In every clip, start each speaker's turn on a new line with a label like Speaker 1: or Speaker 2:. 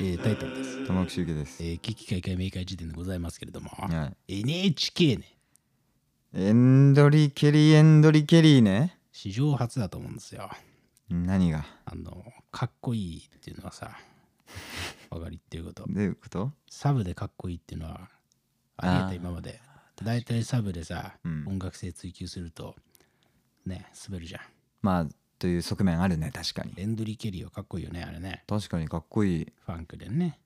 Speaker 1: えータイトルです。
Speaker 2: 玉木周家です
Speaker 1: え。ー、危機開会明快時点でございますけれども、
Speaker 2: は
Speaker 1: NHK ね、
Speaker 2: い。エンドリケリー、エンドリケリーね。
Speaker 1: 史上初だと思うんですよ。
Speaker 2: 何が
Speaker 1: あの、かっこいいっていうのはさ、わかりっていうこと。
Speaker 2: どういうこと
Speaker 1: サブでかっこいいっていうのは、ありえた今まで。だいたいサブでさ、
Speaker 2: うん
Speaker 1: 音楽性追求すると、ね、滑るじゃん。
Speaker 2: まあ、という側面あるね、確かに。
Speaker 1: レンドリー・ケリーはかっこいいよね、あれね。
Speaker 2: 確かにかっこいい。
Speaker 1: ファンクでね。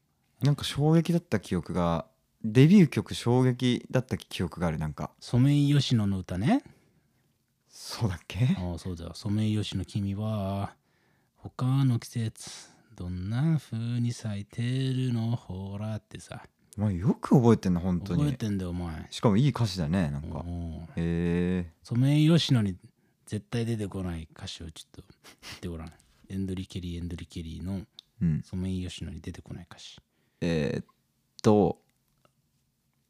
Speaker 2: なんか衝撃だった記憶が、デビュー曲衝撃だった記憶がある、なんか。
Speaker 1: ソメイヨシノの歌ね。
Speaker 2: そうだっけ
Speaker 1: ああ、そうだよ。ソメイヨシノ君は、他の季節、どんな風に咲いてるのほらってさ。
Speaker 2: お前よく覚えてんな、本当
Speaker 1: 覚え
Speaker 2: に。
Speaker 1: てんだよ、お前。
Speaker 2: しかもいい歌詞だね、なんか。
Speaker 1: うん
Speaker 2: へえ。
Speaker 1: ソメイヨシノに絶対出てこない歌詞をちょっと言ってごらん。エンドリケリー、エンドリケリーの
Speaker 2: うん。
Speaker 1: ソメイヨシノに出てこない歌詞。
Speaker 2: えー、っと、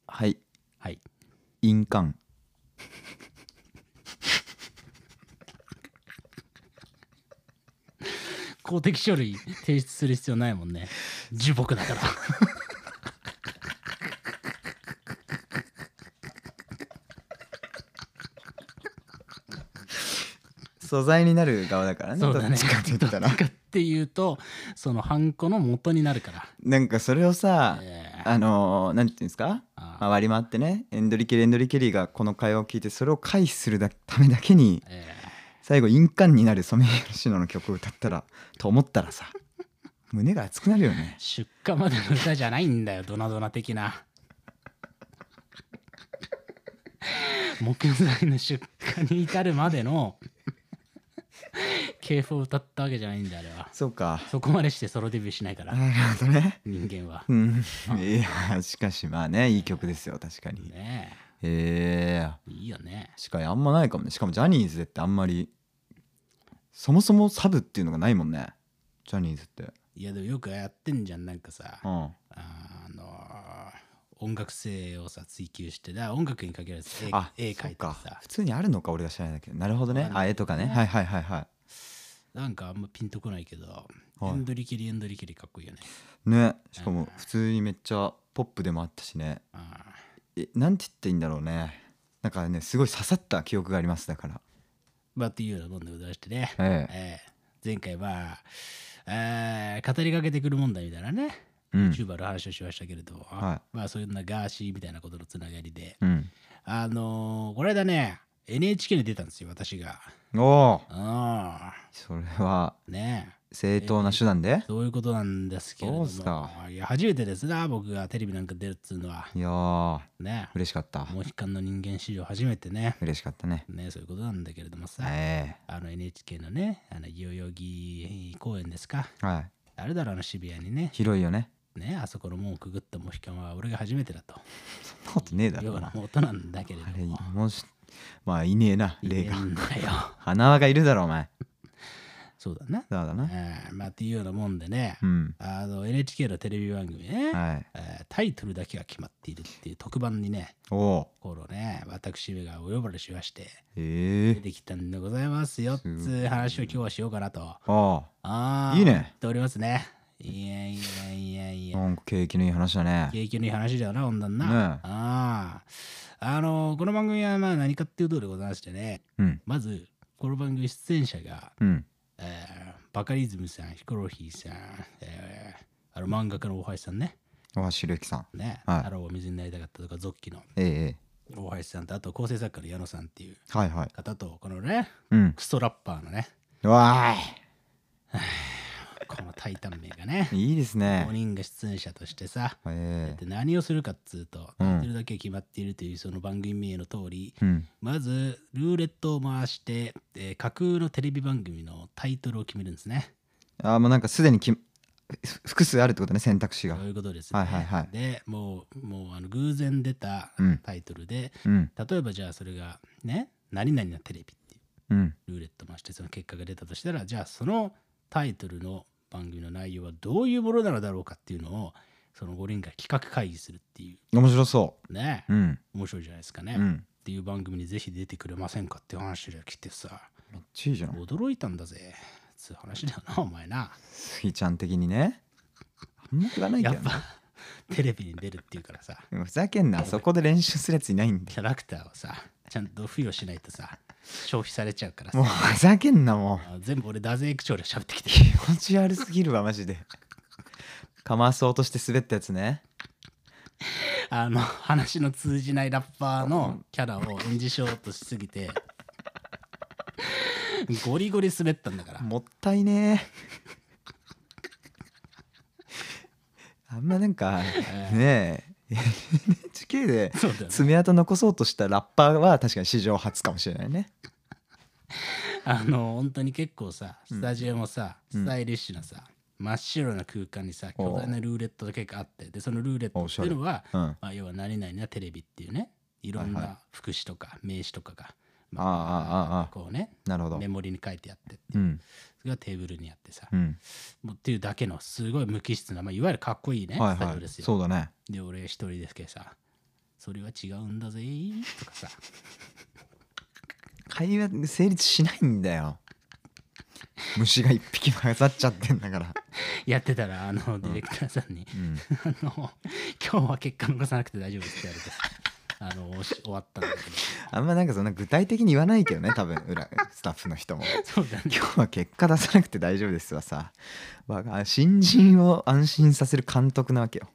Speaker 2: はい。
Speaker 1: はい。
Speaker 2: 印鑑。
Speaker 1: 公的書類提出する必要ないもんね。樹木だから。
Speaker 2: 素材になる側だからね。
Speaker 1: そうだね。
Speaker 2: どっちかって言った ら
Speaker 1: どっ。ちかっていうと、そのハンコの元になるから。
Speaker 2: なんかそれをさ、
Speaker 1: ええ
Speaker 2: あのー、なんていうんですか
Speaker 1: ああ
Speaker 2: 回り回ってねエンドリケリーエンドリケリーがこの会話を聞いてそれを回避するだためだけに
Speaker 1: ええ
Speaker 2: 最後印鑑になるソメイヨシノの曲を歌ったらと思ったらさ胸が熱くなるよね
Speaker 1: 出荷までの歌じゃないんだよドナドナ的な木材の出荷に至るまでの系譜を歌ったわけじゃないんだよあれは
Speaker 2: そうか
Speaker 1: そこまでしてソロデビューしないか
Speaker 2: な
Speaker 1: ら
Speaker 2: るほどね
Speaker 1: 人間は
Speaker 2: うんいやしかしまあねいい曲ですよ確かに
Speaker 1: ね
Speaker 2: え
Speaker 1: えいいよね
Speaker 2: しかにあんまないかもねしかもジャニーズでってあんまりそもそもサブっていうのがないもんねジャニーズって
Speaker 1: いやでもよくやってんじゃんなんかさ
Speaker 2: う
Speaker 1: あ
Speaker 2: ん
Speaker 1: のー音楽性をさ追求してだから音楽に限らず絵
Speaker 2: あ
Speaker 1: 絵描いて
Speaker 2: そうか
Speaker 1: さ
Speaker 2: 普通にあるのか俺が知らないだけなるほど
Speaker 1: わ
Speaker 2: ね
Speaker 1: かんない
Speaker 2: あ絵とかねはいはいはいは
Speaker 1: なんかあんまピンとこないけど、
Speaker 2: い
Speaker 1: エンドリケリエンドリケリかっこいいよね
Speaker 2: いねしかも普通にめっちゃポップでもあったしね
Speaker 1: ああ
Speaker 2: えなんて言っていいんだろうねなんかねすごい刺さった記憶がありますだから
Speaker 1: まあ、というようなもんでございましてね、
Speaker 2: ええ
Speaker 1: ええ前回は、えー語りかけてくる問題みたいなね、
Speaker 2: うん
Speaker 1: YouTuber の話をしましたけれども、
Speaker 2: は
Speaker 1: まあ、そういうなガーシーみたいなことのつながりで、
Speaker 2: うん
Speaker 1: あのーこれだね、NHK に出たんですよ、私が。
Speaker 2: おお
Speaker 1: あ
Speaker 2: それは
Speaker 1: あ、ねえ
Speaker 2: 正当な手段で
Speaker 1: そういうことなんですけれども、
Speaker 2: そうっすか
Speaker 1: いや初めてですな、僕がテレビなんか出るっつうのは、
Speaker 2: いやー
Speaker 1: ね、
Speaker 2: 嬉しかった
Speaker 1: モヒカンの人間史上初めてね、
Speaker 2: 嬉しかったね
Speaker 1: ね、そういうことなんだけれどもさ、
Speaker 2: え
Speaker 1: あの NHK のね、あの代々木公園ですか、
Speaker 2: えはい
Speaker 1: あれだろうあの渋谷にね
Speaker 2: 広いよね
Speaker 1: ねあそこの門をくぐったモヒカンは俺が初めてだと
Speaker 2: そんなことねえだ
Speaker 1: よ
Speaker 2: ろ
Speaker 1: う
Speaker 2: う
Speaker 1: な
Speaker 2: な
Speaker 1: 音なんだけれど
Speaker 2: あれ
Speaker 1: も
Speaker 2: もしまあいねえな
Speaker 1: 言え
Speaker 2: 霊が
Speaker 1: んだよ
Speaker 2: 花輪がいるだろお前
Speaker 1: そうだな
Speaker 2: そうだな
Speaker 1: えーまあっていうようなもんでね
Speaker 2: うん
Speaker 1: あの NHK のテレビ番組ね、
Speaker 2: はい
Speaker 1: えータイトルだけが決まっているっていう特番にね
Speaker 2: おお
Speaker 1: 頃ね私めがお呼ばれしまして
Speaker 2: ええ
Speaker 1: 出てきたんでございますよっつう話を今日はしようかなとあ
Speaker 2: あ
Speaker 1: あ
Speaker 2: いいね
Speaker 1: 言っておりますねいやいやいやいや
Speaker 2: あ、なんか景気のいい話だね。
Speaker 1: 景気のいい話だよな、ほんだんな。
Speaker 2: ねえ
Speaker 1: あああの、この番組はまあ何かっていうとでございましてね、
Speaker 2: うん、
Speaker 1: まず、この番組出演者が、
Speaker 2: うん、
Speaker 1: えーバカリズムさん、ヒコロヒーさん、えーあの漫画家の大橋さんね、
Speaker 2: 大橋ひろゆきさん。
Speaker 1: ね、
Speaker 2: はい
Speaker 1: 太郎を水になりたかったとか、ゾッキの
Speaker 2: えええ
Speaker 1: 大橋さんと、あと構成作家の矢野さんっていう
Speaker 2: え、はいはい。
Speaker 1: 方と、このね、
Speaker 2: うん、
Speaker 1: クソラッパーのね、
Speaker 2: わ
Speaker 1: このタイタン名がね
Speaker 2: ー、 い、いいですね
Speaker 1: 5。人が出演者としてさ、
Speaker 2: ええ
Speaker 1: で何をするかっつうと、
Speaker 2: うん
Speaker 1: タイトルだけ決まっているというその番組名の通り、
Speaker 2: うん、
Speaker 1: まずルーレットを回して、えー架空のテレビ番組のタイトルを決めるんですね。
Speaker 2: あーもうなんかすでにきふ複数あるってことね、選択肢
Speaker 1: そ
Speaker 2: が
Speaker 1: う。いうことですね。
Speaker 2: はいはいはい
Speaker 1: でもうもうあの偶然出た
Speaker 2: うん
Speaker 1: タイトルで、
Speaker 2: うん、
Speaker 1: 例えばじゃあそれがね何々なテレビってい
Speaker 2: うん、
Speaker 1: うルーレット回してその結果が出たとしたらじゃあそのタイトルの番組の内容はどういうものなのだろうかっていうのをその5人が企画会議するってい
Speaker 2: 面白そう
Speaker 1: ね
Speaker 2: う。うん、
Speaker 1: 面白いじゃないですかね、
Speaker 2: う
Speaker 1: っ
Speaker 2: ん、
Speaker 1: ていう番組にぜひ出てくれませんかっていう話が来てさ
Speaker 2: めっちゃいいじゃん。
Speaker 1: 驚いたんだぜ。つう話だよ なお前な
Speaker 2: スギちゃん的にねあんまくがないけ
Speaker 1: や
Speaker 2: ど
Speaker 1: っ
Speaker 2: ね
Speaker 1: ぱ テレビに出るっていうからさ
Speaker 2: でもふざけんなそこで練習するやついないんで
Speaker 1: キャラクターをさちゃんと付与しないとさ消費されちゃうから
Speaker 2: もう
Speaker 1: さ
Speaker 2: ふざけんなも
Speaker 1: あ全部俺ダゼエクチョで喋ってき て
Speaker 2: う気持ち悪すぎるわマジでかまそうとして滑ったやつね
Speaker 1: あの話の通じないラッパーのキャラを演じしようとしすぎてゴリゴリ滑ったんだから
Speaker 2: もったいねえあんまなんかねえ NHK で
Speaker 1: そうだよね
Speaker 2: 爪痕残そうとしたラッパーは確かに史上初かもしれないね
Speaker 1: あの本当に結構さ
Speaker 2: うん
Speaker 1: スタジオもさ、
Speaker 2: うん
Speaker 1: スタイリッシュなさ真っ白な空間にさ
Speaker 2: おう
Speaker 1: 巨大なルーレットだけがあってでそのルーレットっていうのは、
Speaker 2: うんあ
Speaker 1: まあ、要は何々なテレビっていうねいろん
Speaker 2: はいは
Speaker 1: な副詞とか名詞とかが、
Speaker 2: あああああ
Speaker 1: こうね
Speaker 2: なるほど
Speaker 1: メモリに書いてあって
Speaker 2: うん
Speaker 1: それがテーブルにあってさ、
Speaker 2: うん
Speaker 1: もうっていうだけのすごい無機質な、まあ、いわゆるかっこいいね、
Speaker 2: はい
Speaker 1: スタ
Speaker 2: は
Speaker 1: ジオ
Speaker 2: い
Speaker 1: ですよ
Speaker 2: そうだね
Speaker 1: で俺一人ですけどさそれは違うんだぜとかさ
Speaker 2: 会話成立しないんだよ虫が一匹混ざっちゃってんだから、
Speaker 1: やってたらあのディレクターさんに
Speaker 2: うん、
Speaker 1: 「あの今日は結果残さなくて大丈夫です」って言われてあのおし終わったんだけ
Speaker 2: あんまなんかそんな具体的に言わないけどね多分裏スタッフの人も
Speaker 1: どそうだね
Speaker 2: 今日は結果出さなくて大丈夫ですわさ、まあ、新人を安心させる監督なわけよ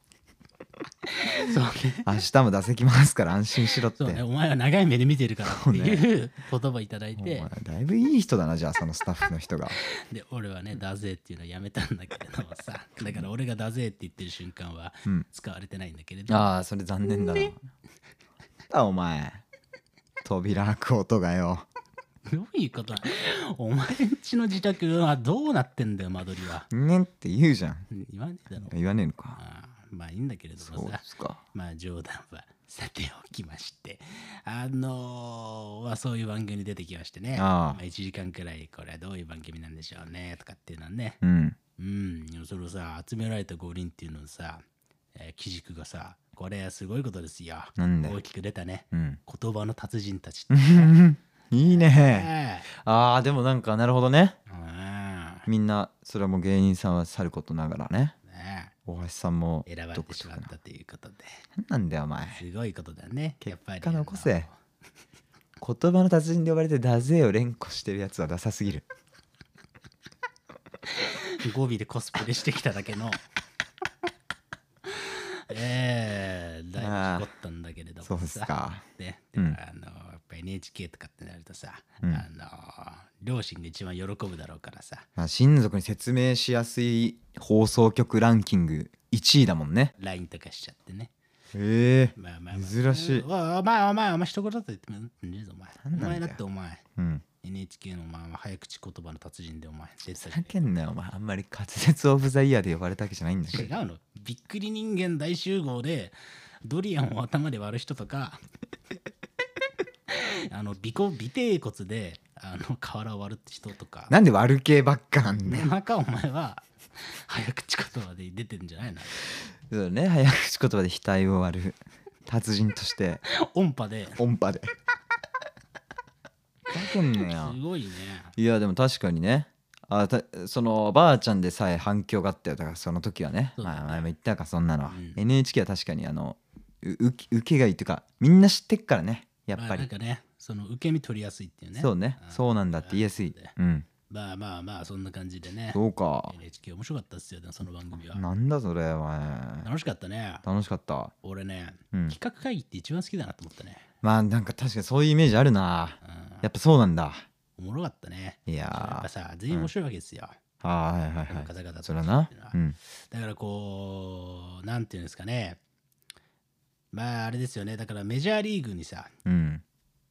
Speaker 1: そうね
Speaker 2: 明日も出せきますから安心しろって、
Speaker 1: そうねお前は長い目で見てるからっていう言葉いただい
Speaker 2: お前
Speaker 1: て
Speaker 2: だいぶいい人だなじゃあそのスタッフの人が
Speaker 1: で俺はね「だぜ」っていうのをやめたんだけれどもさだから俺が「だぜ」って言ってる瞬間は
Speaker 2: うん
Speaker 1: 使われてないんだけれど
Speaker 2: ああそれ残念だなあお前扉開く音がよ
Speaker 1: どういうことだお前んちの自宅はどうなってんだよ間取りは
Speaker 2: ねって言うじゃん
Speaker 1: 言わねえだろ
Speaker 2: 言わねえのか
Speaker 1: あーまあいいんだけれど
Speaker 2: そう
Speaker 1: も
Speaker 2: で
Speaker 1: さ
Speaker 2: すか
Speaker 1: まあ冗談はさておきましてあのーまあ、そういう番組に出てきましてね
Speaker 2: ああ
Speaker 1: ま1時間くらいこれはどういう番組なんでしょうねとかっていうのはね
Speaker 2: うん
Speaker 1: うんでもそれをさ集められた五輪っていうのをさ、えー基軸がさこれはすごいことですよ
Speaker 2: なんだよ
Speaker 1: 大きく出たね
Speaker 2: うん
Speaker 1: 言葉の達人た ち
Speaker 2: いいね
Speaker 1: ええ
Speaker 2: あーでもなんかなるほどね
Speaker 1: ああ
Speaker 2: みんなそれはもう芸人さんはさることながらね
Speaker 1: ね
Speaker 2: 大橋さんも
Speaker 1: え選ばれてしまっ
Speaker 2: どこ
Speaker 1: たということで
Speaker 2: かなんだよお前
Speaker 1: すごいことだねやっぱり
Speaker 2: 結果残せ言葉の達人で呼ばれて「だぜ」を連呼してるやつはダサすぎる
Speaker 1: 語尾でコスプレしてきただけの ええだいぶしこったんだけれども
Speaker 2: そうですか
Speaker 1: ねで
Speaker 2: うん
Speaker 1: あのやっぱ NHK とかってなるとさ、
Speaker 2: うん
Speaker 1: あの両親が一番喜ぶだろうからさ
Speaker 2: まあ親族に説明しやすい放送局ランキング1位だもんね
Speaker 1: LINE とかしちゃってね
Speaker 2: ええ
Speaker 1: まあまあ、まあ、
Speaker 2: 珍しい
Speaker 1: うんおお前お前お前一言だと言ってもうんねえぞお前
Speaker 2: なんなんだ
Speaker 1: お
Speaker 2: よ
Speaker 1: 前だってお前
Speaker 2: うん、
Speaker 1: NHK のお前は早口言葉の達人でお前出てた
Speaker 2: ふ
Speaker 1: じゃ
Speaker 2: ざ
Speaker 1: ん
Speaker 2: けんなよお前あんまり滑舌オブザイヤーで呼ばれたわけじゃないんだけ
Speaker 1: 違
Speaker 2: ど
Speaker 1: うのびっくり人間大集合でドリアンを頭で割る人とかあの尾骨尾低骨であの瓦を割る人とか
Speaker 2: なんで悪系ばっかなんだよ
Speaker 1: 夜中お前は早口言葉で出てんじゃないの
Speaker 2: そうだね早口言葉で額を割る達人として
Speaker 1: 音波で
Speaker 2: 音波でふざけんなよ
Speaker 1: すごいね
Speaker 2: いやでも確かにねあたそのばあちゃんでさえ反響があったよだからその時はね
Speaker 1: そうだね
Speaker 2: まあ前も言ったかそんなのは、
Speaker 1: うん
Speaker 2: NHK は確かにあのう受け受けがいいというかみんな知ってっからねやっ
Speaker 1: ま
Speaker 2: ぱ
Speaker 1: あ、な
Speaker 2: り
Speaker 1: ん、かねその受け身取りやすいっていうね
Speaker 2: そうね
Speaker 1: あー
Speaker 2: そうなんだって言いやすい
Speaker 1: そうだね
Speaker 2: うん
Speaker 1: まあまあまあそんな感じでね
Speaker 2: そうか
Speaker 1: NHK 面白かったっすよでもその番組は
Speaker 2: なんだそれお前
Speaker 1: 楽しかったね
Speaker 2: 楽しかった
Speaker 1: 俺ね、
Speaker 2: うん
Speaker 1: 企画会議って一番好きだなと思ったね、
Speaker 2: まあなんか確かにそういうイメージあるなやっぱそうなんだ
Speaker 1: うん、おもろかったね
Speaker 2: い
Speaker 1: やっ
Speaker 2: や
Speaker 1: ぱさ全員面白いわけですよ、
Speaker 2: ーあーはいはい
Speaker 1: この
Speaker 2: はい
Speaker 1: 方々たち
Speaker 2: それはな
Speaker 1: っていうのは
Speaker 2: うん
Speaker 1: だからこうなんていうんですかねまああれですよねだからメジャーリーグにさ
Speaker 2: うん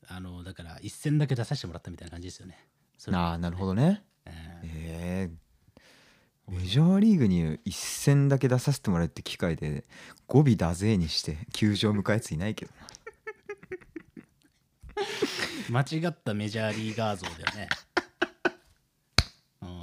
Speaker 1: あのだから一戦だけ出させてもらったみたいな感じですよねそれ
Speaker 2: ああなるほどね
Speaker 1: うん
Speaker 2: えー、メジャーリーグに一戦だけ出させてもらうって機会で語尾だぜにして球場向かうやついないけどな
Speaker 1: 間違ったメジャーリーガー像だよ ねうん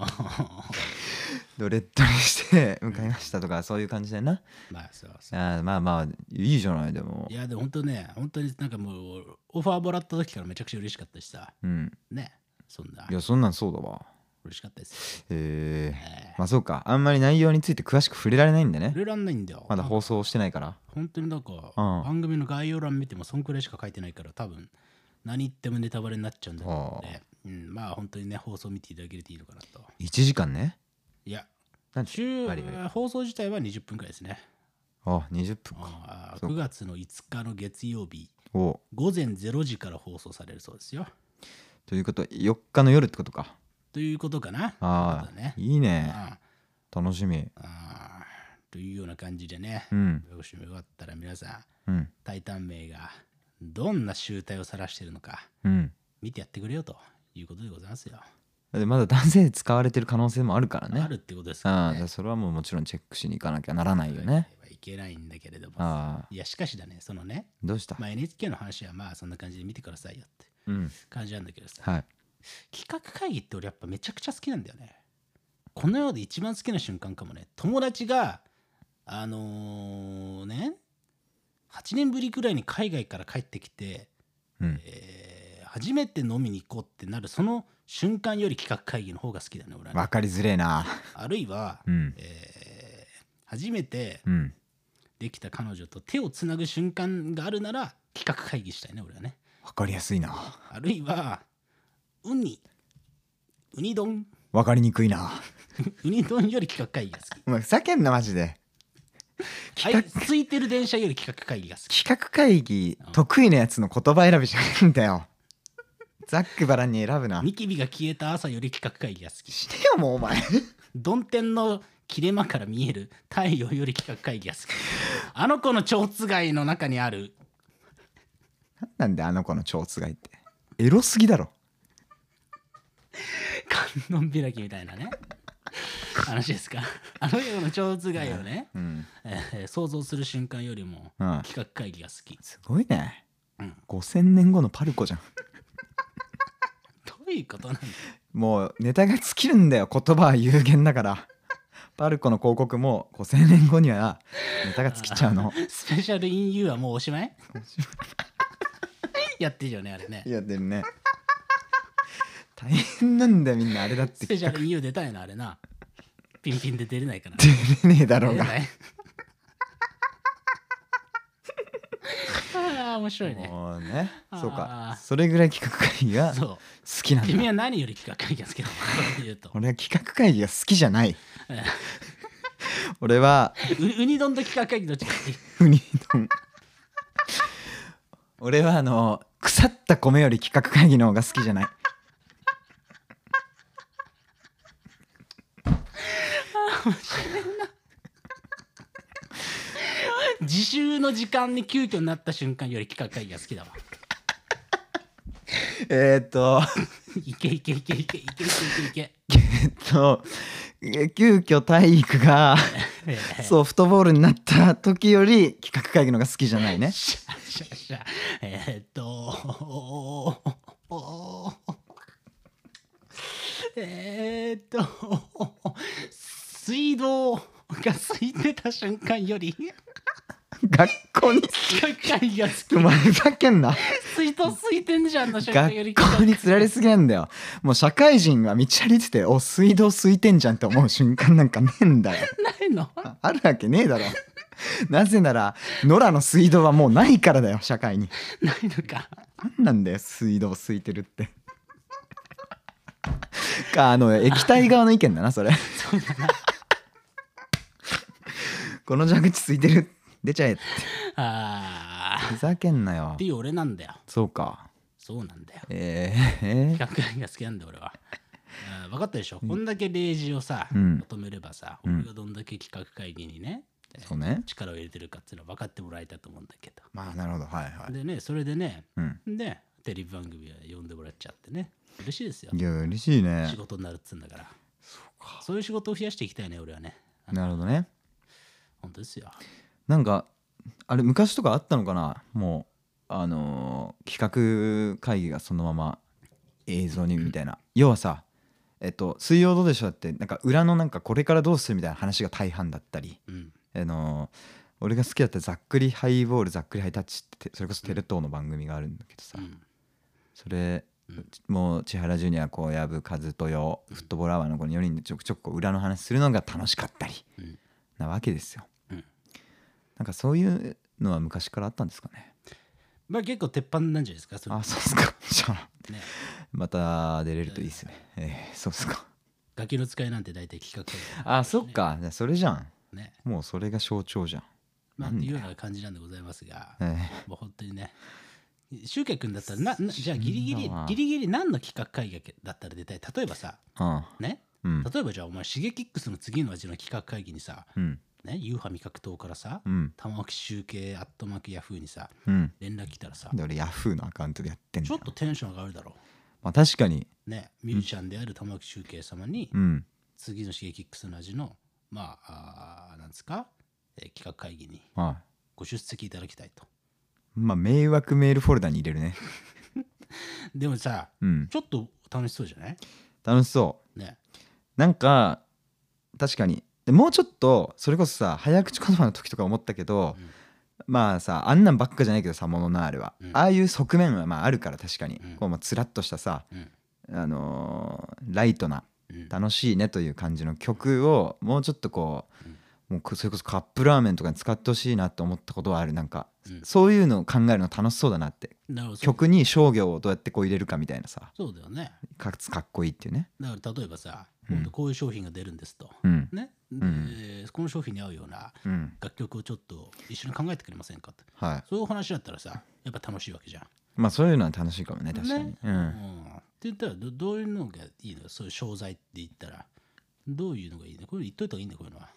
Speaker 2: ドレッドにして向かいましたとかそういう感じだよな
Speaker 1: まあそうそう
Speaker 2: あーまあまあいいじゃないでも
Speaker 1: いやでも本当ね本当になんかもうオファーもらった時からめちゃくちゃ嬉しかったしさ
Speaker 2: うん
Speaker 1: ねそんない
Speaker 2: やそんなんそうだわ
Speaker 1: 嬉しかったです。
Speaker 2: え
Speaker 1: え
Speaker 2: ー
Speaker 1: え
Speaker 2: まあそうかあんまり内容について詳しく触れられないんだね
Speaker 1: 触れらんないんだよ。
Speaker 2: ま
Speaker 1: な
Speaker 2: だ
Speaker 1: んか
Speaker 2: 放送してないから
Speaker 1: 本当になんか、
Speaker 2: うん
Speaker 1: 番組の概要欄見てもそんくらいしか書いてないから多分何言ってもネタバレになっちゃうんだけどね、うん、まあ本当にね放送見ていただけるといいのかなと
Speaker 2: 1時間ね
Speaker 1: いや
Speaker 2: なんで
Speaker 1: 週
Speaker 2: ありあり
Speaker 1: 放送自体は20分くらいですね
Speaker 2: あ20分か
Speaker 1: あー
Speaker 2: そう
Speaker 1: 9月の5日の月曜日
Speaker 2: お
Speaker 1: 午前0時から放送されるそうですよ
Speaker 2: ということは4日の夜ってことか
Speaker 1: ということかな
Speaker 2: あ
Speaker 1: そう
Speaker 2: あ、
Speaker 1: だね
Speaker 2: いいね
Speaker 1: あ
Speaker 2: 楽しみ
Speaker 1: ーあーというような感じでね、
Speaker 2: うん
Speaker 1: もしよかったら皆さん
Speaker 2: うん
Speaker 1: 「タイタン名」がどんな集大を晒してるのか
Speaker 2: うん
Speaker 1: 見てやってくれよということでございますよ。
Speaker 2: だってまだ男性使われてる可能性もあるからね
Speaker 1: あるってことです
Speaker 2: ああ
Speaker 1: か
Speaker 2: だ
Speaker 1: ら
Speaker 2: から
Speaker 1: ね。
Speaker 2: それはもうもちろんチェックしに行かなきゃならないよね
Speaker 1: いけないんだけれども。
Speaker 2: ああ
Speaker 1: いやしかしだね、そのね、
Speaker 2: どうした、
Speaker 1: まあ、NHK の話はまあそんな感じで見てくださいよって
Speaker 2: うん
Speaker 1: 感じなんだけどさ、
Speaker 2: はい
Speaker 1: 企画会議って俺やっぱめちゃくちゃ好きなんだよね。この世で一番好きな瞬間かもね、友達が、あのーね、8年ぶりくらいに海外から帰ってきて、
Speaker 2: うん
Speaker 1: えー初めて飲みに行こうってなるその瞬間より企画会議の方が好きだね、俺はね、
Speaker 2: わかりづれえな
Speaker 1: あるいは、
Speaker 2: うん
Speaker 1: えー初めて
Speaker 2: うん
Speaker 1: できた彼女と手をつなぐ瞬間があるなら企画会議したいね俺はね
Speaker 2: わかりやすいな
Speaker 1: あるいはウニウニ丼
Speaker 2: わかりにくいな
Speaker 1: ウニ丼より企画会議が好き
Speaker 2: お前ふざけんなマジで
Speaker 1: あい空いてる電車より企画会議が好き
Speaker 2: 企画会議得意なやつの言葉選びじゃないんだよざっくばらんに選ぶな
Speaker 1: ニキビが消えた朝より企画会議が好き
Speaker 2: してよもうお前
Speaker 1: 曇天の切れ間から見える太陽より企画会議が好きあの子の蝶つがいの中にある
Speaker 2: なんであの子の蝶つがいってエロすぎだろ
Speaker 1: 観音開きみたいなね話ですかあの世の蝶頭蓋をね、
Speaker 2: うん
Speaker 1: えー想像する瞬間よりも
Speaker 2: うん
Speaker 1: 企画会議が好き、
Speaker 2: すごいね
Speaker 1: うん、
Speaker 2: 5000年後のパルコじゃん
Speaker 1: どういうことなんだ
Speaker 2: もうネタが尽きるんだよ言葉は有限 だからパルコの広告も5000年後にはネタが尽きちゃ うの
Speaker 1: スペシャルインユーはもうおしまいやってるよねあれね
Speaker 2: いやでもね大変なんだよみんなあれだっ
Speaker 1: ス
Speaker 2: て
Speaker 1: ペシャ
Speaker 2: 企
Speaker 1: ルインユー出たいなあれなピンピンで出れないから
Speaker 2: 画出れねえだろう
Speaker 1: 出れ
Speaker 2: が
Speaker 1: ないああ面白いね
Speaker 2: もうねそう
Speaker 1: あー
Speaker 2: かそれぐらい企画会議が好
Speaker 1: そ
Speaker 2: きな
Speaker 1: うん君
Speaker 2: だ
Speaker 1: は何より企画会議が好きなのそういうと
Speaker 2: 俺は企画会議が好きじゃない 俺は
Speaker 1: うウニ丼と企画会議どっちが好き
Speaker 2: ウニ丼俺はあの腐った米より企画会議の方が好きじゃない
Speaker 1: 自習の時間に急遽なった瞬間より企画会議が好きだわ。
Speaker 2: えーっと
Speaker 1: いけいけいけいけいけいけいけいけ。
Speaker 2: えっとえ急遽体育がソフトボールになった時より企画会議の方が好きじゃないね
Speaker 1: しゃしゃしゃ。えーっと。おーおーえーっと。水道が空いてた瞬間より
Speaker 2: 学校に
Speaker 1: 企画会議が好き。
Speaker 2: お前ふざけんな
Speaker 1: 水筒空いてんじゃんの瞬間
Speaker 2: 学
Speaker 1: より
Speaker 2: 校に連れられすぎなんだよもう社会人は道歩いててお水道空いてんじゃんって思う瞬間なんかねえんだよ
Speaker 1: ないの
Speaker 2: ああるわけねえだろなぜなら野良の水道はもうないからだよ社会に
Speaker 1: ないのか。
Speaker 2: 何なんだよ水道空いてるって かあの液体側の意見だな それ
Speaker 1: そうだな。
Speaker 2: この蛇口空いてる出ちゃえって
Speaker 1: あー
Speaker 2: ふざけんなよ
Speaker 1: っていう俺なんだよ。
Speaker 2: そうか
Speaker 1: そうなんだよ。
Speaker 2: えー、えー
Speaker 1: 企画会が好きなんだ俺は。あー分かったでしょ、こんだけ例示をさ、
Speaker 2: うん
Speaker 1: 求めればさ、
Speaker 2: うん
Speaker 1: 俺がどんだけ企画会議にね、
Speaker 2: そうね
Speaker 1: 力を入れてるかっていうのは分かってもらえたと思うんだけど。
Speaker 2: まあなるほどはいはい
Speaker 1: でね、それでね、
Speaker 2: うん
Speaker 1: で、テレビ番組は呼んでもらっちゃってね、嬉しいですよ。
Speaker 2: いや嬉しいね
Speaker 1: 仕事になるっつうんだから。そうか。そういう仕事を増やしていきたいね、俺はね。
Speaker 2: なるほどね
Speaker 1: 本当ですよ。
Speaker 2: なんかあれ昔とかあったのかなもうあのー企画会議がそのまま映像にみたいな要はさえっと「水曜どうでしょう」ってなんか裏のなんかこれからどうするみたいな話が大半だったり
Speaker 1: うん。
Speaker 2: あのー俺が好きだったざっくりハイボールざっくりハイタッチってそれこそテレ東の番組があるんだけどさ
Speaker 1: うん、
Speaker 2: それもう千原ジュニア小籔和豊フットボールアワーのこの4人でちょくちょくこう裏の話するのが楽しかったり
Speaker 1: うん
Speaker 2: なわけですよ、
Speaker 1: うん
Speaker 2: なんかそういうのは昔からあったんですかね
Speaker 1: まあ結構鉄板なんじゃないですかそれ
Speaker 2: あそうっすか じゃあ
Speaker 1: ね
Speaker 2: また出れるといいですねえー、そうっすか
Speaker 1: ガキの使いなんて大体企画会
Speaker 2: あそっかじゃあそれじゃん
Speaker 1: だね
Speaker 2: もうそれが象徴じゃん
Speaker 1: まあっ
Speaker 2: なん
Speaker 1: ていう
Speaker 2: だよ
Speaker 1: ような感じなんでございますが
Speaker 2: えー
Speaker 1: もう本当にねシュウケ君だったらななじゃあギリギ
Speaker 2: そ
Speaker 1: リ
Speaker 2: んな
Speaker 1: ギリギリ何の企画会議だったら出たい例えばさ
Speaker 2: うん
Speaker 1: ね
Speaker 2: うん
Speaker 1: 例えばじゃあお前シゲキックスの次の味の企画会議にさ
Speaker 2: うん
Speaker 1: ねユーハ味覚党からさ
Speaker 2: うん
Speaker 1: 玉置集計アットマークヤフーにさ
Speaker 2: うん
Speaker 1: 連絡来たらさ
Speaker 2: で俺ヤフーのアカウントでやってんだ
Speaker 1: ちょ
Speaker 2: よ
Speaker 1: っとテンション上がるだろ
Speaker 2: まあ確かに
Speaker 1: うねミュージシャンである玉置集計様に
Speaker 2: うん
Speaker 1: 次のシゲキックスの味のまああーなんですか、えー企画会議に
Speaker 2: はい
Speaker 1: ご出席いただきたいと
Speaker 2: まあ迷惑メールフォルダに入れるね
Speaker 1: でもさ
Speaker 2: うん
Speaker 1: ちょっと楽しそうじゃない
Speaker 2: 楽しそう
Speaker 1: ね
Speaker 2: なんか確かにでもうちょっとそれこそさ早口言葉の時とか思ったけど、
Speaker 1: うん
Speaker 2: まあさあんなんばっかじゃないけどさモノナールは、
Speaker 1: うん
Speaker 2: ああいう側面はまああるから確かに、
Speaker 1: うん
Speaker 2: こうまあつらっとしたさ、
Speaker 1: うん
Speaker 2: あのーライトな
Speaker 1: うん
Speaker 2: 楽しいねという感じの曲をもうちょっとこう、もうこそれこそカップラーメンとかに使ってほしいなと思ったことはあるなんか、
Speaker 1: うん
Speaker 2: そういうのを考えるの楽しそうだなって
Speaker 1: なるほど
Speaker 2: 曲に商業をどうやってこう入れるかみたいなさ
Speaker 1: そうだよね
Speaker 2: かつかっこいいっていうね
Speaker 1: だから例えばさ、
Speaker 2: うん
Speaker 1: 今度こういう商品が出るんですと、
Speaker 2: うん
Speaker 1: ねでこの商品に合うような
Speaker 2: うん
Speaker 1: 楽曲をちょっと一緒に考えてくれませんかと
Speaker 2: はい
Speaker 1: そういうお話だったらさやっぱ楽しいわけじゃん。
Speaker 2: まあそういうのは楽しいかもね確かに、
Speaker 1: ね
Speaker 2: う
Speaker 1: うん
Speaker 2: ん、
Speaker 1: って言ったらどどういうのがいいのそういう商材って言ったらどういうのがいいのこれ言っといた方がいいんだこういうのは。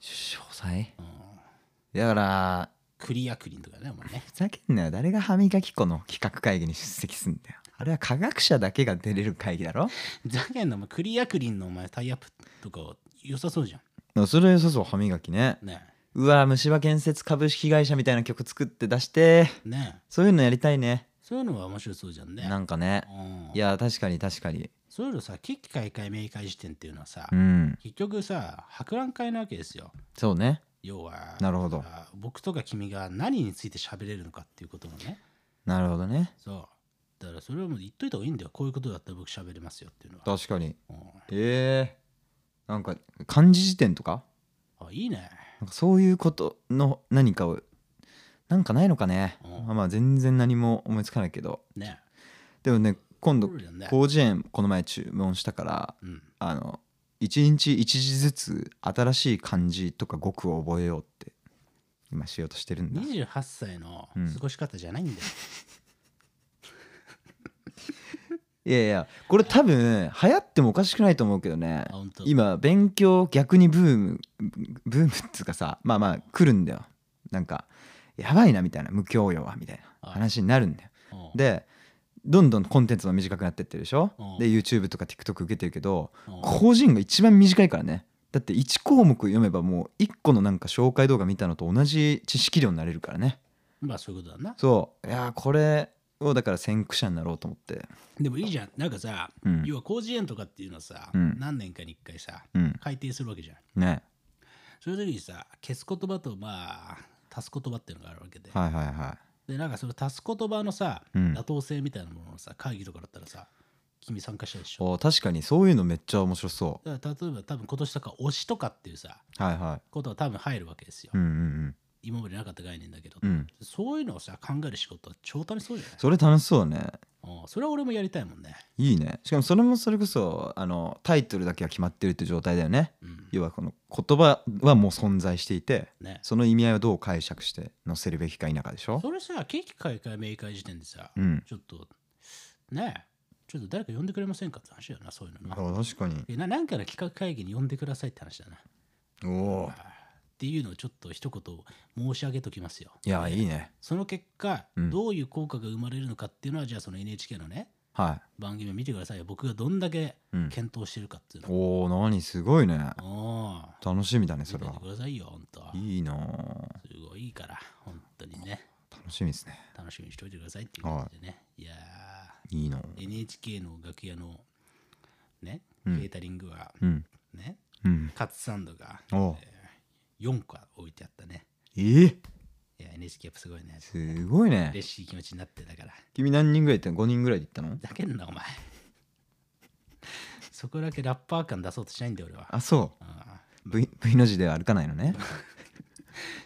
Speaker 2: 詳細
Speaker 1: うん
Speaker 2: だから
Speaker 1: クリアクリンとかねお前 ね。
Speaker 2: ふざけんなよ誰が歯磨き粉の企画会議に出席すんだよあれは科学者だけが出れる会議だろ
Speaker 1: ざけんなお前クリアクリンのお前タイアップとか良さそうじゃ
Speaker 2: それは良さそう歯磨きね
Speaker 1: ん。ね
Speaker 2: うわ虫歯建設株式会社みたいな曲作って出して
Speaker 1: ね
Speaker 2: そういうのやりたいね
Speaker 1: そういうのは面白そうじゃんね。
Speaker 2: なんかね
Speaker 1: うん
Speaker 2: いや確かに確かに
Speaker 1: そういうのさ危機開会明快時点っていうのはさ、
Speaker 2: うん
Speaker 1: 結局さ博覧会なわけですよ
Speaker 2: そうね
Speaker 1: 要は
Speaker 2: なるほど
Speaker 1: あ僕とか君が何について喋れるのかっていうことのね
Speaker 2: なるほどね
Speaker 1: そうだからそれはもう言っといた方がいいんだよこういうことだったら僕喋れますよっていうのは、
Speaker 2: 確かに
Speaker 1: う
Speaker 2: えー、なんか漢字辞典とか
Speaker 1: んあいいね
Speaker 2: なんかそういうことの何かをなんかないのかね、
Speaker 1: うん
Speaker 2: まあまあ全然何も思いつかないけど
Speaker 1: ね
Speaker 2: でもね今度
Speaker 1: そうだよね
Speaker 2: 広辞苑この前注文したから
Speaker 1: うん
Speaker 2: あの1日1字ずつ新しい漢字とか語句を覚えようって今しようとしてるんだ
Speaker 1: 28歳の
Speaker 2: うん
Speaker 1: 過ごし方じゃないんだよ、
Speaker 2: いやいやこれ多分流行ってもおかしくないと思うけどね
Speaker 1: あ本当
Speaker 2: 今勉強逆にブームブームっつうかさまあまあ来るんだよなんかやばいなみたいな無教養はみたいな話になるんだよ
Speaker 1: うん
Speaker 2: でどんどんコンテンツも短くなってってるでしょ
Speaker 1: うん
Speaker 2: で YouTube とか TikTok 受けてるけど
Speaker 1: うん
Speaker 2: 個人が一番短いからねだって1項目読めばもう1個のなんか紹介動画見たのと同じ知識量になれるからね
Speaker 1: まあそういうことだな
Speaker 2: そういやーこれをだから先駆者になろうと思って
Speaker 1: でもいいじゃんなんかさ、
Speaker 2: うん
Speaker 1: 要は広辞苑とかっていうのはさ、
Speaker 2: うん
Speaker 1: 何年かに1回さ
Speaker 2: うん
Speaker 1: 改訂するわけじゃん
Speaker 2: ね
Speaker 1: そういう時にさ消す言葉とまあ足す言葉っていうのがあるわけで、
Speaker 2: はいはいは
Speaker 1: でなんかその足す言葉のさ、
Speaker 2: うん
Speaker 1: 妥当性みたいなもののさ会議とかだったらさ君参加したでし
Speaker 2: い
Speaker 1: ょ
Speaker 2: お確かにそういうのめっちゃ面白そ
Speaker 1: だから例えば多分今年とか推しとかっていうさ
Speaker 2: うはいは
Speaker 1: ことは多分入るわけですよ、
Speaker 2: いうんうん
Speaker 1: 今までなかった概念だけど、
Speaker 2: うんうん
Speaker 1: そういうのをさ考える仕事は超楽しそうじゃない
Speaker 2: それ楽しそうだね
Speaker 1: うんそれは俺もやりたいもんね
Speaker 2: いいねしかもそれもそれこそあのタイトルだけが決まってるって状態だよね
Speaker 1: うん
Speaker 2: 要はこの言葉はもう存在していて
Speaker 1: ね
Speaker 2: その意味合いをどう解釈して載せるべきか否かでしょ
Speaker 1: それさ景気開会明快時点でさ、
Speaker 2: うん
Speaker 1: ちょっとねえちょっと誰か呼んでくれませんかって話だよなそういうのな
Speaker 2: あ確かに
Speaker 1: えななんかの企画会議に呼んでくださいって話だな
Speaker 2: おお
Speaker 1: っていうのをちょっと一言申し上げときますよ。
Speaker 2: いやいいね
Speaker 1: その結果、
Speaker 2: うん
Speaker 1: どういう効果が生まれるのかっていうのはじゃあその NHK のね
Speaker 2: は
Speaker 1: 番組を見てくださいよ僕がどんだけ
Speaker 2: い、うん、
Speaker 1: 検討してるかっていうの
Speaker 2: おお何すごいね
Speaker 1: を、うん、
Speaker 2: 楽しみだねそ
Speaker 1: 見
Speaker 2: れ
Speaker 1: て
Speaker 2: は
Speaker 1: てくださいよ本当
Speaker 2: いいなあ
Speaker 1: すごいいいから本当にね
Speaker 2: 楽しみですね
Speaker 1: 楽しみにしておいてくださいっていう感じでね、い、や
Speaker 2: いいなあ
Speaker 1: ー NHK の楽屋のねケ
Speaker 2: うん
Speaker 1: ータリングは
Speaker 2: うん
Speaker 1: ね、
Speaker 2: うん
Speaker 1: カツサンドが
Speaker 2: おう
Speaker 1: 4個置いてあったね
Speaker 2: ええ
Speaker 1: いや NHK やっぱすごいね
Speaker 2: すごいね
Speaker 1: 嬉しい気持ちになってだから
Speaker 2: 君何人ぐらい行ったの5人ぐらいで行ったの
Speaker 1: ふざけんなお前 そこだけラッパー感出そうとしないんだよ俺は
Speaker 2: あそ
Speaker 1: ああ
Speaker 2: う v, v の字では歩かないのね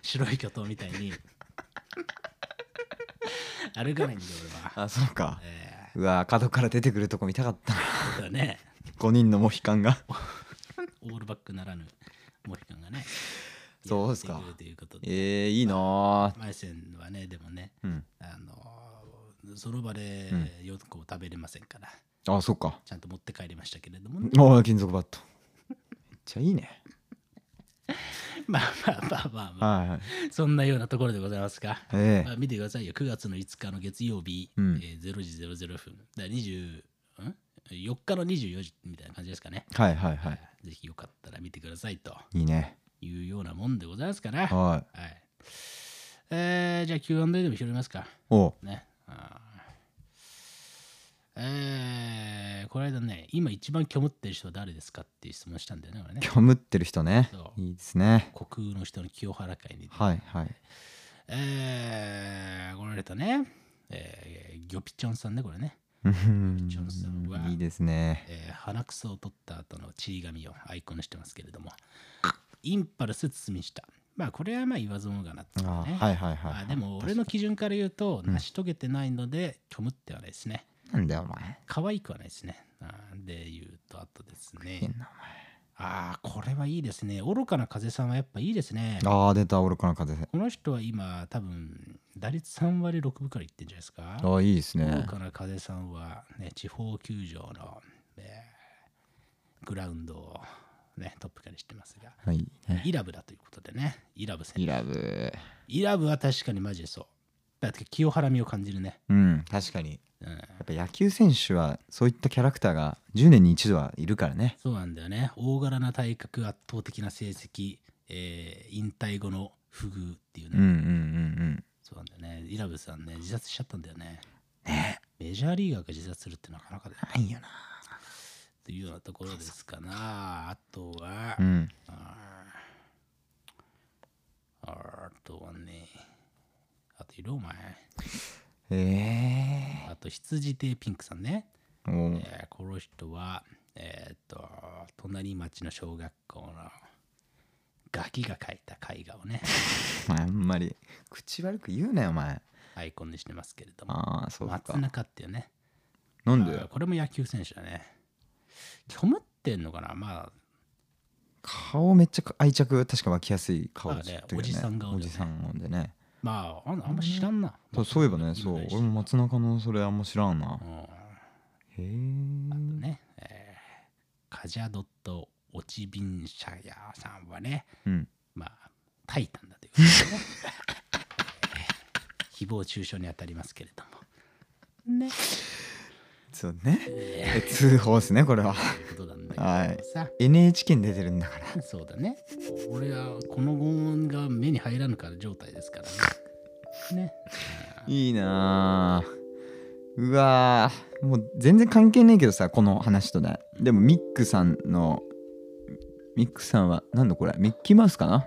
Speaker 1: 白い巨頭みたいに 歩かないんだよ俺は
Speaker 2: あそうか
Speaker 1: ええ
Speaker 2: うわ角から出てくるとこ見たかったな
Speaker 1: そうだね
Speaker 2: 5人のモヒカンが
Speaker 1: オールバックならぬモヒカンがね
Speaker 2: そうですか
Speaker 1: やってくるということで
Speaker 2: えー、いいな
Speaker 1: 前線はねでもね
Speaker 2: ーうん
Speaker 1: あのその場でよく食べれませんから、
Speaker 2: あそうか
Speaker 1: ちゃんと持って帰りましたけれどもね、
Speaker 2: ああ金属バットめっちゃいいね
Speaker 1: まあまあまあまあまあ
Speaker 2: はいはい
Speaker 1: そんなようなところでございますか、
Speaker 2: え
Speaker 1: ま
Speaker 2: え
Speaker 1: あ、見てくださいよ9月の5日の月曜日、
Speaker 2: うん
Speaker 1: えー0時00分だから20ん4日の24時みたいな感じですかね
Speaker 2: はいはいはい
Speaker 1: ぜひよかったら見てくださいと
Speaker 2: いいね
Speaker 1: いうようなもんでございますかなは
Speaker 2: はい
Speaker 1: い、えー、じゃあ Q&A でも拾いますか
Speaker 2: おう
Speaker 1: ねあーえー、この間ね今一番虚無ってる人は誰ですかっていう質問したんだよね俺ね
Speaker 2: 虚無ってる人ね
Speaker 1: そう
Speaker 2: いいですね
Speaker 1: 虚空の人の清原会に
Speaker 2: はいはい
Speaker 1: えー、このレターね、えー、ギョピチョンさんね、これね、
Speaker 2: うん
Speaker 1: ジョンソンはい
Speaker 2: いですね
Speaker 1: えー鼻くそを取った後のちり紙をアイコンにしてますけれども、インパルス包みした。まあ、これはまあ言わずもがなっていう
Speaker 2: あ
Speaker 1: か
Speaker 2: ー
Speaker 1: ね。
Speaker 2: はいはいは
Speaker 1: あ
Speaker 2: い
Speaker 1: でも、俺の基準から言うと、成し遂げてないので、虚無ってはないですね。
Speaker 2: なんだよお前
Speaker 1: 可愛くはないですね。あーで言うと、あとですね
Speaker 2: 変、な
Speaker 1: ああ、これはいいですね。愚かな風さんはやっぱいいですね
Speaker 2: お。前ああ出た俺から風
Speaker 1: この人は今、多分打率3割6分からいってんじゃないですか。
Speaker 2: ああいいです
Speaker 1: 豪
Speaker 2: ね
Speaker 1: 華な風さんは、ね、地方球場の、えーグラウンドを、ね、トップ化にしてますが、
Speaker 2: はいね
Speaker 1: イラブだということでね、イラブ選
Speaker 2: イ
Speaker 1: 手。
Speaker 2: ラブ
Speaker 1: イラブは確かにマジでそう。だって清原みを感じるね。
Speaker 2: うん確かに
Speaker 1: うん、
Speaker 2: やっぱ野球選手はそういったキャラクターが10年に一度はいるからね
Speaker 1: そうなんだよね。大柄な体格、圧倒的な成績、えー引退後の不遇っていうね。
Speaker 2: うんうんうん
Speaker 1: そうなんだよね。イラブさんね、自殺しちゃったんだよね。メジャーリーガーが自殺するってなかなかだよね。
Speaker 2: うんないよな
Speaker 1: というようなところですかな。あとは。
Speaker 2: うん
Speaker 1: あとはね、あといるお前。
Speaker 2: え
Speaker 1: あと羊亭ピンクさんね。
Speaker 2: えもう
Speaker 1: えーこの人は、えーっと、隣町の小学校のガキが描いた絵画を ね、
Speaker 2: お前あんまり口悪く言うなよお前
Speaker 1: アイコンにしてますけれども、
Speaker 2: ああそうか
Speaker 1: 松中っていうね、
Speaker 2: なんで
Speaker 1: あーこれも野球選手だね。虚無ってんのかなま
Speaker 2: 顔めっちゃ愛着確か湧きやすい顔
Speaker 1: そうだね
Speaker 2: っていう
Speaker 1: おじさん顔だよ
Speaker 2: お
Speaker 1: ね
Speaker 2: じさん顔でね
Speaker 1: あ、まあ、あんあんま知らんな。
Speaker 2: そうそういえばねそう
Speaker 1: 今の人
Speaker 2: 俺も松中のそれあんま知らんな
Speaker 1: うん
Speaker 2: へえ
Speaker 1: ね、えーカジャドット・オチビンシャヤーさんはね、
Speaker 2: うん
Speaker 1: まあ、タイタンだということでね、えー誹謗中傷に当たりますけれども。ね、
Speaker 2: そうねえ通報ですねこれは
Speaker 1: ということなんだけどさ、
Speaker 2: NHK に出てるんだから
Speaker 1: そうだね。俺はこの音が目に入らぬから状態ですからね。ね、
Speaker 2: いいなあうわあもう全然関係ねえけどさこの話とねでもミックさんのミックさんは何だこれミッキーマウスかな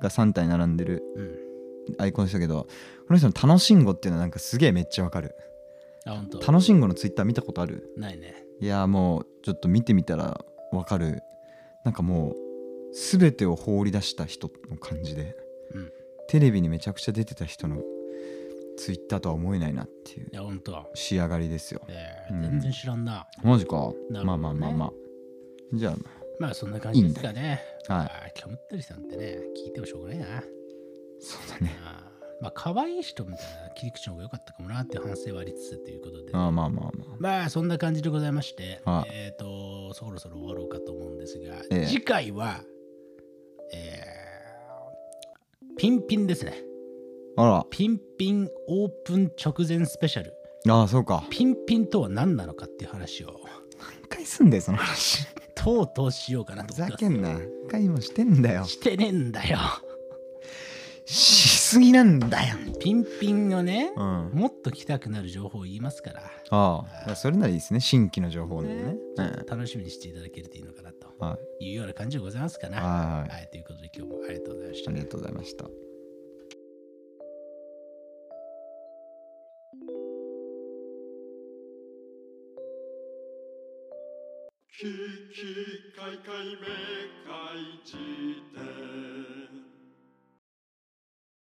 Speaker 2: が3体並んでる
Speaker 1: うん、うん。
Speaker 2: アイコンでしたけどこの人の「楽しんご」っていうのはなんかすげえめっちゃわかる
Speaker 1: あ、本当。
Speaker 2: 楽しんごのツイッター見たことある
Speaker 1: ないね。
Speaker 2: いやもうちょっと見てみたらわかるなんかもう全てを放り出した人の感じで
Speaker 1: うん。い
Speaker 2: テレビにめちゃくちゃ出てた人のツイッターとは思えないなっていう
Speaker 1: や、本当。
Speaker 2: 仕上がりですよ
Speaker 1: え
Speaker 2: う
Speaker 1: ー、
Speaker 2: ん
Speaker 1: 全然知らんな。
Speaker 2: マジか、
Speaker 1: なるほどね
Speaker 2: まあまあまあまあじゃ
Speaker 1: まあ、そんな感じですかね。
Speaker 2: あはい
Speaker 1: あー、キョムッタリさんってね、聞いてもしょうがないな。
Speaker 2: そうだね
Speaker 1: あーまあ可愛い人みたいな切り口の方が良かったかもなっていう反省はありつつということで、
Speaker 2: ああまあまあまあ
Speaker 1: まあそんな感じでございまして、
Speaker 2: はい
Speaker 1: えっ、とそろそろ終わろうかと思うんですが、
Speaker 2: ええ
Speaker 1: 次回は、えーピンピンですね
Speaker 2: あ
Speaker 1: ピンピンオープン直前スペシャル
Speaker 2: らああそうか
Speaker 1: ピンピンとは何なのかっていう話を
Speaker 2: 一回すんだよその話
Speaker 1: とうとうしようかなと
Speaker 2: ふ
Speaker 1: 思っ
Speaker 2: ざ
Speaker 1: てます
Speaker 2: けんな一回もしてんだよ
Speaker 1: してねえんだよ
Speaker 2: しすぎなんだよ
Speaker 1: ピンピンをね
Speaker 2: う、ん
Speaker 1: もっと来たくなる情報を言いますから
Speaker 2: ああそれならいいですね新規の情報なんでねうん
Speaker 1: 楽しみにしていただけるといいのかなと
Speaker 2: はい
Speaker 1: いうような感じでございますかな。
Speaker 2: はい
Speaker 1: はい、ということで今日もありがとうございました
Speaker 2: あり。がとうございました
Speaker 3: キキカイカイメ